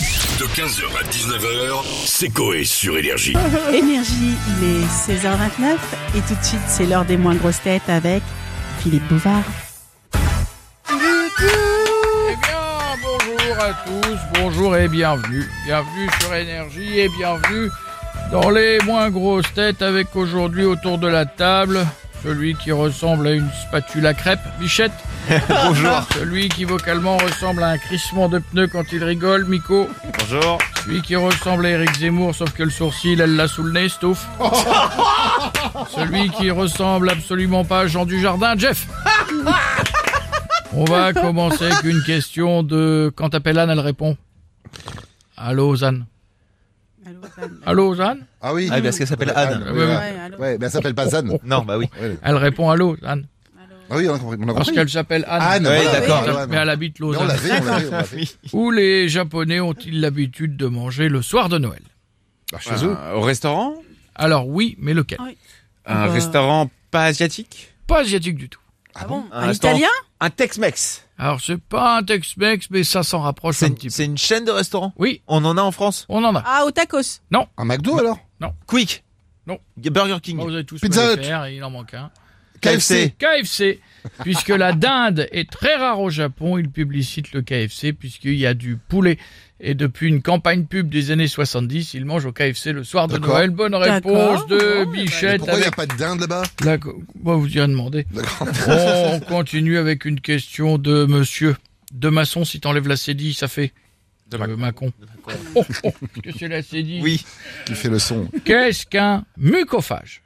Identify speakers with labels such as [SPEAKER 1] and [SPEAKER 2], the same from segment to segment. [SPEAKER 1] De 15h à 19h, c'est Coé sur Énergie.
[SPEAKER 2] Énergie, il est 16h29 et tout de suite c'est l'heure des moins grosses têtes avec Philippe Bouvard.
[SPEAKER 3] Eh bien, bonjour à tous, bonjour et bienvenue. Bienvenue sur Énergie et bienvenue dans les moins grosses têtes avec aujourd'hui autour de la table celui qui ressemble à une spatule à crêpes, Bichette. bonjour. Celui qui vocalement ressemble à un crissement de pneus quand il rigole, Miko.
[SPEAKER 4] Bonjour.
[SPEAKER 3] Celui qui ressemble à Eric Zemmour, sauf que le sourcil, elle l'a sous le nez, Stouff. Celui qui ressemble absolument pas à Jean Dujardin, Jeff. On va commencer avec une question de... Quand t'appelles Anne, elle répond. Allô, Zane.
[SPEAKER 2] Allô,
[SPEAKER 3] Allô, Zane
[SPEAKER 5] Ah oui.
[SPEAKER 4] Ah, parce qu'elle s'appelle Anne.
[SPEAKER 3] Ouais, ouais.
[SPEAKER 5] Ouais, mais elle s'appelle pas Zane.
[SPEAKER 4] Non, bah oui.
[SPEAKER 3] Elle répond allô, Zane.
[SPEAKER 5] Ah oui, on a compris. On a
[SPEAKER 3] Parce
[SPEAKER 5] compris.
[SPEAKER 3] qu'elle s'appelle Anne.
[SPEAKER 5] Anne,
[SPEAKER 4] Ouais,
[SPEAKER 5] voilà,
[SPEAKER 4] d'accord.
[SPEAKER 5] voilà,
[SPEAKER 3] Mais elle habite
[SPEAKER 5] Mais on
[SPEAKER 3] Lausanne.
[SPEAKER 5] l'avait, on l'avait, on
[SPEAKER 4] bah
[SPEAKER 5] l'avait.
[SPEAKER 3] Où les Japonais ont-ils l'habitude de manger le soir de Noël
[SPEAKER 5] Ah, chez eux.
[SPEAKER 4] Euh, au restaurant
[SPEAKER 3] Alors oui, mais lequel
[SPEAKER 4] Un
[SPEAKER 2] Euh,
[SPEAKER 4] restaurant pas asiatique
[SPEAKER 3] Pas asiatique du tout.
[SPEAKER 2] Ah bon
[SPEAKER 4] bon
[SPEAKER 2] Un
[SPEAKER 4] Un instant.
[SPEAKER 2] italien
[SPEAKER 4] Un Tex-Mex.
[SPEAKER 3] Alors c'est pas un Tex-Mex, mais ça s'en rapproche un petit peu.
[SPEAKER 4] C'est une chaîne de restaurants
[SPEAKER 3] Oui,
[SPEAKER 4] On en a en France
[SPEAKER 3] on en a.
[SPEAKER 2] Ah, au tacos.
[SPEAKER 5] Un
[SPEAKER 4] Bah,
[SPEAKER 5] McDo alors
[SPEAKER 4] Quick
[SPEAKER 3] Non.
[SPEAKER 4] Burger
[SPEAKER 3] Bon,
[SPEAKER 4] King
[SPEAKER 3] vous avez tous
[SPEAKER 5] Pizza
[SPEAKER 3] me les
[SPEAKER 5] Hut.
[SPEAKER 3] faire, il en manque un.
[SPEAKER 5] KFC.
[SPEAKER 3] KFC, puisque la dinde est très rare au Japon, ils publicitent le KFC puisqu'il y a du poulet. Et depuis une campagne pub des années 70, ils mangent au KFC le soir de
[SPEAKER 5] D'accord.
[SPEAKER 3] Noël. Bonne
[SPEAKER 2] D'accord.
[SPEAKER 3] réponse de
[SPEAKER 5] Mais
[SPEAKER 3] Bichette
[SPEAKER 5] Pourquoi il n'y a
[SPEAKER 3] avec...
[SPEAKER 5] pas de dinde là-bas
[SPEAKER 3] la- Bah, vous irez demander.
[SPEAKER 5] D'accord.
[SPEAKER 3] On continue avec une question de monsieur. De maçon, si t'enlèves la cédille, ça fait... De
[SPEAKER 4] Macon.
[SPEAKER 3] Macon. Oh, oh, qu'est-ce que c'est la cédille
[SPEAKER 4] Oui.
[SPEAKER 5] Qui fait le son
[SPEAKER 3] Qu'est-ce qu'un mucophage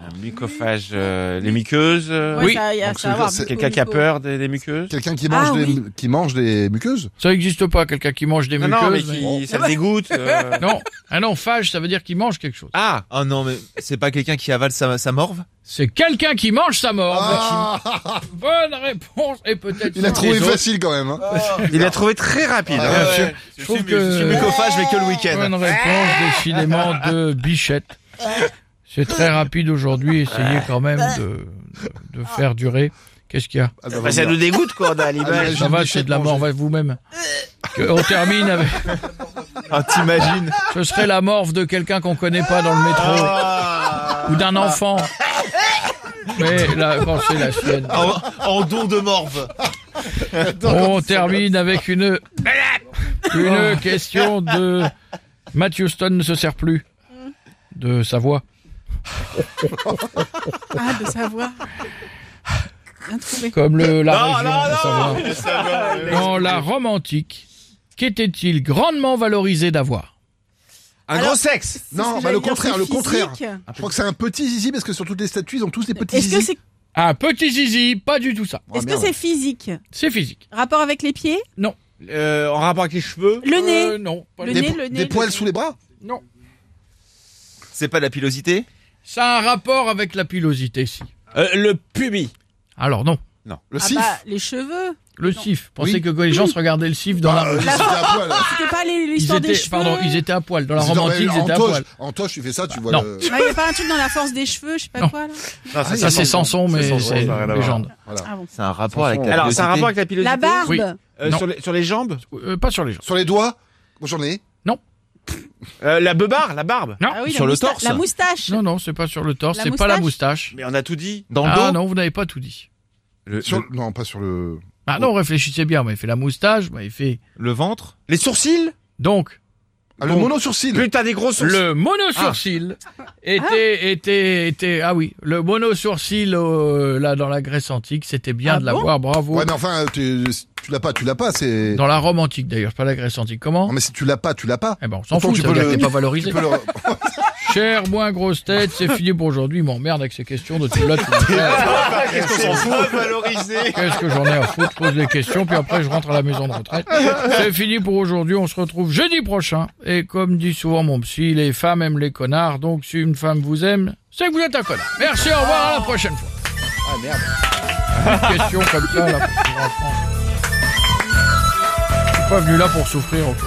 [SPEAKER 4] Un mucophage, euh, les muqueuses euh,
[SPEAKER 2] Ouais, ça, y a-
[SPEAKER 5] donc
[SPEAKER 2] ça va avoir
[SPEAKER 5] c'est-
[SPEAKER 2] beaucoup,
[SPEAKER 4] Quelqu'un qui a
[SPEAKER 2] beaucoup.
[SPEAKER 4] peur des, des muqueuses
[SPEAKER 5] Quelqu'un qui mange
[SPEAKER 2] Ah
[SPEAKER 5] des
[SPEAKER 2] oui.
[SPEAKER 5] qui mange des muqueuses
[SPEAKER 3] Ça n'existe pas, quelqu'un qui mange des
[SPEAKER 4] Non,
[SPEAKER 3] muqueuses.
[SPEAKER 4] non, mais
[SPEAKER 3] mais-
[SPEAKER 4] qui, ça le dégoûte. euh.
[SPEAKER 3] Ah Non, un non, phage, ça veut dire qu'il mange quelque chose.
[SPEAKER 4] Ah Oh non, mais c'est pas quelqu'un qui avale sa, sa morve
[SPEAKER 3] C'est quelqu'un qui mange sa mort. bah,
[SPEAKER 5] Ah
[SPEAKER 3] Bonne réponse et peut-être.
[SPEAKER 5] Il a
[SPEAKER 3] celle
[SPEAKER 5] trouvé
[SPEAKER 3] des Ah. autres.
[SPEAKER 5] facile quand même. hein.
[SPEAKER 4] Il l'a trouvé très rapide.
[SPEAKER 5] Ah,
[SPEAKER 4] hein.
[SPEAKER 5] ouais,
[SPEAKER 4] Je-
[SPEAKER 3] Je trouve que
[SPEAKER 4] Mucophage, mais que le week-end.
[SPEAKER 3] bonne réponse décidément de Bichette. C'est très rapide aujourd'hui. Essayez quand même de, de, de faire durer. Qu'est-ce qu'il y a
[SPEAKER 5] Ah, bah,
[SPEAKER 4] Bah, ça
[SPEAKER 5] voilà.
[SPEAKER 4] nous dégoûte, quoi,
[SPEAKER 5] Ah,
[SPEAKER 4] on a l'image.
[SPEAKER 3] Ça va, c'est de la mort. va vous-même. Que- On termine avec.
[SPEAKER 4] Ah, t'imagines
[SPEAKER 3] Ce serait la morve de quelqu'un qu'on connaît pas dans le métro
[SPEAKER 4] Ah.
[SPEAKER 3] ou d'un enfant.
[SPEAKER 5] Ah.
[SPEAKER 3] Mais là, quand c'est la sienne.
[SPEAKER 4] en, en don de morve.
[SPEAKER 3] On termine avec une une
[SPEAKER 4] Oh.
[SPEAKER 3] question de Matthew Stone ne se sert plus de sa voix.
[SPEAKER 2] Ah, de savoir. Bien trouvé.
[SPEAKER 3] Comme le, la
[SPEAKER 4] Non,
[SPEAKER 3] région
[SPEAKER 4] non,
[SPEAKER 3] de sa voix. Dans la Rome antique, qu'était-il grandement valorisé d'avoir
[SPEAKER 4] Un
[SPEAKER 2] Alors-
[SPEAKER 4] gros sexe.
[SPEAKER 5] Non,
[SPEAKER 2] C'est ce que
[SPEAKER 5] bah, le
[SPEAKER 2] j'allais dire,
[SPEAKER 5] contraire,
[SPEAKER 2] c'est
[SPEAKER 5] le contraire.
[SPEAKER 2] physique.
[SPEAKER 5] Je crois que c'est un petit zizi parce que sur toutes les statues, ils ont tous des petits
[SPEAKER 2] Est-ce que
[SPEAKER 5] zizi.
[SPEAKER 2] c'est
[SPEAKER 3] Un petit zizi, pas du tout ça.
[SPEAKER 5] Ah,
[SPEAKER 2] est-ce que
[SPEAKER 5] merde.
[SPEAKER 2] c'est physique
[SPEAKER 3] C'est physique.
[SPEAKER 2] Rapport avec les pieds
[SPEAKER 4] Euh, en rapport avec les cheveux.
[SPEAKER 2] Le
[SPEAKER 3] Euh,
[SPEAKER 2] nez
[SPEAKER 3] Non. pas
[SPEAKER 2] Le
[SPEAKER 3] du
[SPEAKER 5] des,
[SPEAKER 2] nez,
[SPEAKER 3] tout.
[SPEAKER 2] le nez,
[SPEAKER 5] des
[SPEAKER 2] le
[SPEAKER 5] poils
[SPEAKER 2] nez.
[SPEAKER 5] sous les bras
[SPEAKER 3] Non.
[SPEAKER 4] C'est pas de la pilosité.
[SPEAKER 3] Ça a un rapport avec la pilosité, si.
[SPEAKER 4] Euh, le pubis.
[SPEAKER 3] Alors non.
[SPEAKER 2] Ah
[SPEAKER 5] Le sif
[SPEAKER 2] bah, les cheveux.
[SPEAKER 3] Le
[SPEAKER 2] Non.
[SPEAKER 3] sif. Pensez
[SPEAKER 5] Oui.
[SPEAKER 3] que quand les gens se regardaient le sif dans
[SPEAKER 4] Ah,
[SPEAKER 5] Bah,
[SPEAKER 3] la...
[SPEAKER 5] euh, c'est à poil.
[SPEAKER 2] C'était pas les-
[SPEAKER 3] Ils
[SPEAKER 2] l'histoire des
[SPEAKER 3] étaient,
[SPEAKER 2] cheveux.
[SPEAKER 3] pardon, ils étaient à poil. Dans la
[SPEAKER 5] C'est dans-
[SPEAKER 3] Rome
[SPEAKER 4] euh,
[SPEAKER 3] antique, ils
[SPEAKER 5] en
[SPEAKER 3] étaient à
[SPEAKER 5] toche.
[SPEAKER 3] poil.
[SPEAKER 5] En toche, tu fais ça, tu vois
[SPEAKER 3] non.
[SPEAKER 5] le...
[SPEAKER 2] Ah, Il n'y a pas un truc dans la force des cheveux, je sais pas
[SPEAKER 3] Non.
[SPEAKER 2] quoi. Là.
[SPEAKER 5] Ah,
[SPEAKER 3] Ça, c'est Samson, mais
[SPEAKER 4] Samson,
[SPEAKER 3] c'est
[SPEAKER 4] ça n'a rien
[SPEAKER 3] une
[SPEAKER 4] à
[SPEAKER 3] légende.
[SPEAKER 5] Voilà.
[SPEAKER 2] Ah bon.
[SPEAKER 4] C'est un rapport avec la
[SPEAKER 6] Alors, c'est un rapport
[SPEAKER 4] pilosité.
[SPEAKER 6] avec la pilosité.
[SPEAKER 2] La barbe.
[SPEAKER 3] Oui.
[SPEAKER 6] Euh,
[SPEAKER 3] Non.
[SPEAKER 6] sur, les, sur les jambes
[SPEAKER 3] Euh, pas sur les gens.
[SPEAKER 5] Sur les doigts Bonjour, ai.
[SPEAKER 6] Euh, La beubar, la barbe
[SPEAKER 3] Non.
[SPEAKER 2] Ah oui, la
[SPEAKER 4] Sur le
[SPEAKER 2] mousta-
[SPEAKER 4] torse.
[SPEAKER 2] La moustache.
[SPEAKER 3] Non, non, c'est pas sur le torse,
[SPEAKER 2] La
[SPEAKER 3] c'est pas la moustache.
[SPEAKER 6] Mais on a tout dit.
[SPEAKER 4] Dans le
[SPEAKER 3] Ah
[SPEAKER 4] dos.
[SPEAKER 3] non, vous n'avez pas tout dit.
[SPEAKER 4] Le,
[SPEAKER 5] Sur...
[SPEAKER 4] Euh, le-
[SPEAKER 5] Non, pas sur le...
[SPEAKER 3] Ah non, réfléchissez bien, vous m'avez fait la moustache, vous m'avez fait...
[SPEAKER 4] le ventre.
[SPEAKER 6] Les sourcils
[SPEAKER 3] Donc,
[SPEAKER 5] Ah, le
[SPEAKER 3] Bon.
[SPEAKER 5] mono-sourcil
[SPEAKER 6] Putain, des gros sourcils
[SPEAKER 3] le monosourcil
[SPEAKER 2] Ah.
[SPEAKER 3] était, était, était... Ah oui, le monosourcil, euh, là, dans la Grèce antique, c'était bien
[SPEAKER 2] Ah
[SPEAKER 3] de
[SPEAKER 2] bon
[SPEAKER 3] l'avoir, bravo.
[SPEAKER 5] Ouais, mais enfin, tu, tu l'as pas, tu l'as pas, c'est.
[SPEAKER 3] Dans la Rome antique, d'ailleurs, pas la Grèce antique. Comment
[SPEAKER 5] Non, mais si tu l'as pas, tu l'as pas.
[SPEAKER 3] Eh ben, on s'en
[SPEAKER 5] Pourtant,
[SPEAKER 3] fout,
[SPEAKER 5] tu
[SPEAKER 3] ça
[SPEAKER 5] peux
[SPEAKER 3] veut dire que
[SPEAKER 5] le-
[SPEAKER 3] t'es pas
[SPEAKER 5] Tu
[SPEAKER 3] valorisé.
[SPEAKER 5] peux le-
[SPEAKER 3] Cher, moins grosse tête, c'est fini pour aujourd'hui, il m'emmerde avec ces questions de tout là, tout là.
[SPEAKER 4] Qu'est-ce qu'on s'en fout Valorisé.
[SPEAKER 3] Qu'est-ce que j'en ai à foutre Je pose des questions, puis après je rentre à la maison de retraite. C'est fini pour aujourd'hui, on se retrouve jeudi prochain. Et comme dit souvent mon psy, les femmes aiment les connards, donc si une femme vous aime, c'est que vous êtes un connard. Merci, au revoir, à la prochaine fois. Ah merde. Une question comme ça, là, pour en France. Je suis pas venu là pour souffrir, en fait.